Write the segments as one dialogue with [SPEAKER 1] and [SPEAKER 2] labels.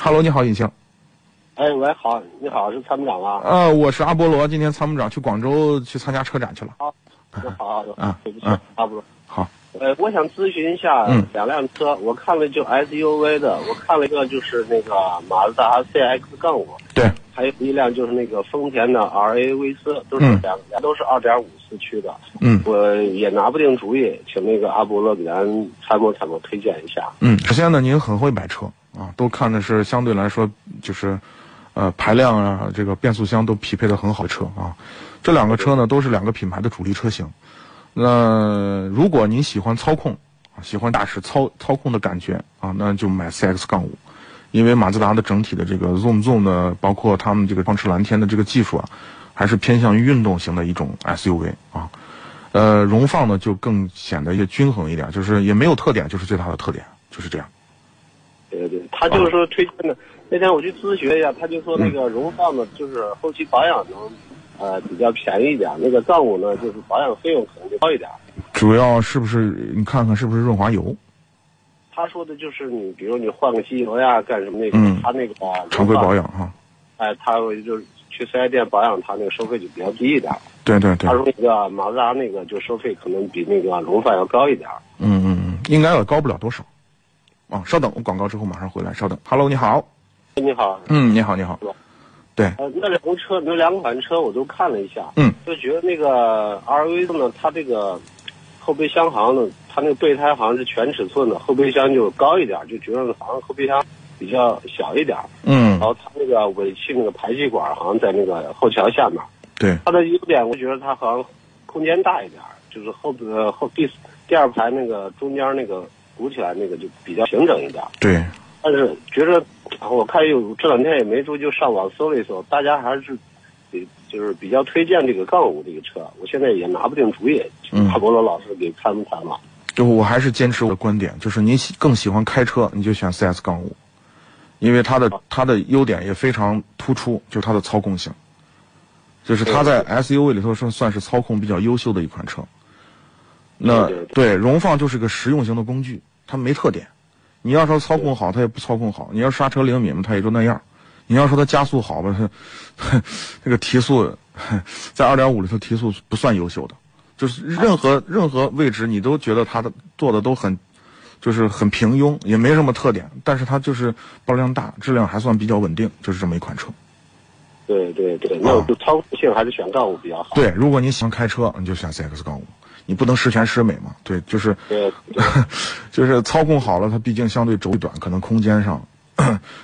[SPEAKER 1] Hello，你好，尹星。
[SPEAKER 2] 哎，喂，好，你好，是参谋长啊。
[SPEAKER 1] 呃，我是阿波罗，今天参谋长去广州去参加车展去了。
[SPEAKER 2] 好，那好，
[SPEAKER 1] 嗯
[SPEAKER 2] 对不起
[SPEAKER 1] 嗯，
[SPEAKER 2] 阿波罗。
[SPEAKER 1] 好，
[SPEAKER 2] 呃，我想咨询一下
[SPEAKER 1] 嗯
[SPEAKER 2] 两辆车，我看了就 SUV 的，我看了一个就是那个马自达 CX 杠五，
[SPEAKER 1] 对，
[SPEAKER 2] 还有一辆就是那个丰田的 RA 威斯，都是
[SPEAKER 1] 嗯
[SPEAKER 2] 两俩都是二点五四驱的，
[SPEAKER 1] 嗯
[SPEAKER 2] 我也拿不定主意，请那个阿波罗给咱参谋参谋推荐一下。
[SPEAKER 1] 嗯，首先呢，您很会摆车啊，都看的是相对来说就是，呃，排量啊，这个变速箱都匹配的很好的车啊。这两个车呢，都是两个品牌的主力车型。那如果您喜欢操控，啊喜欢驾驶操操控的感觉啊，那就买 CX 杠五，因为马自达的整体的这个 Zoom Zoom 呢，包括他们这个创驰蓝天的这个技术啊，还是偏向于运动型的一种 SUV 啊。呃，荣放呢就更显得也均衡一点，就是也没有特点，就是最大的特点就是这样。
[SPEAKER 2] 对对，他就是说推荐的。那天我去咨询一下，他就说那个荣放呢，就是后期保养能呃比较便宜一点，那个杠五呢，就是保养费用可能就高一点。
[SPEAKER 1] 主要是不是你看看是不是润滑油？
[SPEAKER 2] 他说的就是你，比如你换个机油呀，干什么那个，
[SPEAKER 1] 嗯
[SPEAKER 2] 他那个啊
[SPEAKER 1] 常规保，养哈、
[SPEAKER 2] 哎、他就是去四 S 店保养，他那个收费就比较低一点。
[SPEAKER 1] 对对对
[SPEAKER 2] 他，说那个马自达那个就收费可能比那个荣放要高一点。
[SPEAKER 1] 嗯嗯嗯，应该也高不了多少。啊，稍等，我广告之后马上回来，稍等。Hello，你好。
[SPEAKER 2] 你好，
[SPEAKER 1] 嗯，你好，你好。对，
[SPEAKER 2] 呃，那两车那两款车我都看了一下，
[SPEAKER 1] 嗯，
[SPEAKER 2] 就觉得那个 RV 呢，它这个后备箱好像呢，它那个备胎好像是全尺寸的，后备箱就高一点，就觉得好像后备箱比较小一点，
[SPEAKER 1] 嗯
[SPEAKER 2] 然，后它那个尾气那个排气管好像在那个后桥下面。
[SPEAKER 1] 对，
[SPEAKER 2] 它的优点，我觉得它好像空间大一点，就是后呃后第第二排那个中间那个鼓起来那个就比较平整一点。
[SPEAKER 1] 对，
[SPEAKER 2] 但是觉着啊我看有这两天也没注意，就上网搜了一搜，大家还是比就是比较推荐这个杠五这个车。我现在也拿不定主意，请大伯罗老师给参谋参谋。
[SPEAKER 1] 就我还是坚持我的观点，就是您喜更喜欢开车，你就选 CS 杠五，因为它的它的优点也非常突出，就是它的操控性，就是它在 SUV 里头算算是操控比较优秀的一款车。那
[SPEAKER 2] 对对对
[SPEAKER 1] 对荣放就是个实用型的工具，它没特点。你要说操控好，它也不操控好；你要刹车灵敏嘛，它也就那样。你要说它加速好吧，它 这个提速在二点五里头提速不算优秀的，就是任何任何位置你都觉得它的做的都很，就是很平庸，也没什么特点。但是它就是包量大，质量还算比较稳定，就是这么一款车。
[SPEAKER 2] 对对对，那我就操控性还是选杠五比较好。
[SPEAKER 1] 对，如果你喜欢开车，你就选 CX 杠五，你不能十全十美嘛。对，就是
[SPEAKER 2] 对 对
[SPEAKER 1] 就是操控好了，它毕竟相对轴距短，可能空间上，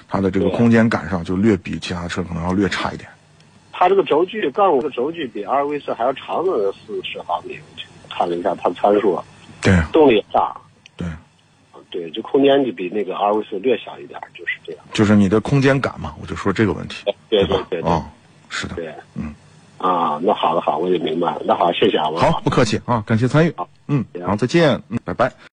[SPEAKER 1] 它的这个
[SPEAKER 2] 对啊
[SPEAKER 1] 空间感上就略比其他车可能要略差一点。
[SPEAKER 2] 它这个轴距杠五的轴距比 RV 四还要长了四十毫米，我去看了一下它的参数，啊
[SPEAKER 1] 对
[SPEAKER 2] 动力也大。
[SPEAKER 1] 对，
[SPEAKER 2] 对，这空间就比那个 RV 四略小一点，就是这样。
[SPEAKER 1] 就是你的空间感嘛，我就说这个问题。
[SPEAKER 2] 对对
[SPEAKER 1] 吧？
[SPEAKER 2] 对对
[SPEAKER 1] 啊、是的。
[SPEAKER 2] 对，
[SPEAKER 1] 嗯，
[SPEAKER 2] 啊，那好了好，我也明白了。那好，谢谢啊，文华
[SPEAKER 1] 好，不客气啊，感谢参与
[SPEAKER 2] 好。
[SPEAKER 1] 嗯，
[SPEAKER 2] 行
[SPEAKER 1] 好，再见。嗯，拜拜。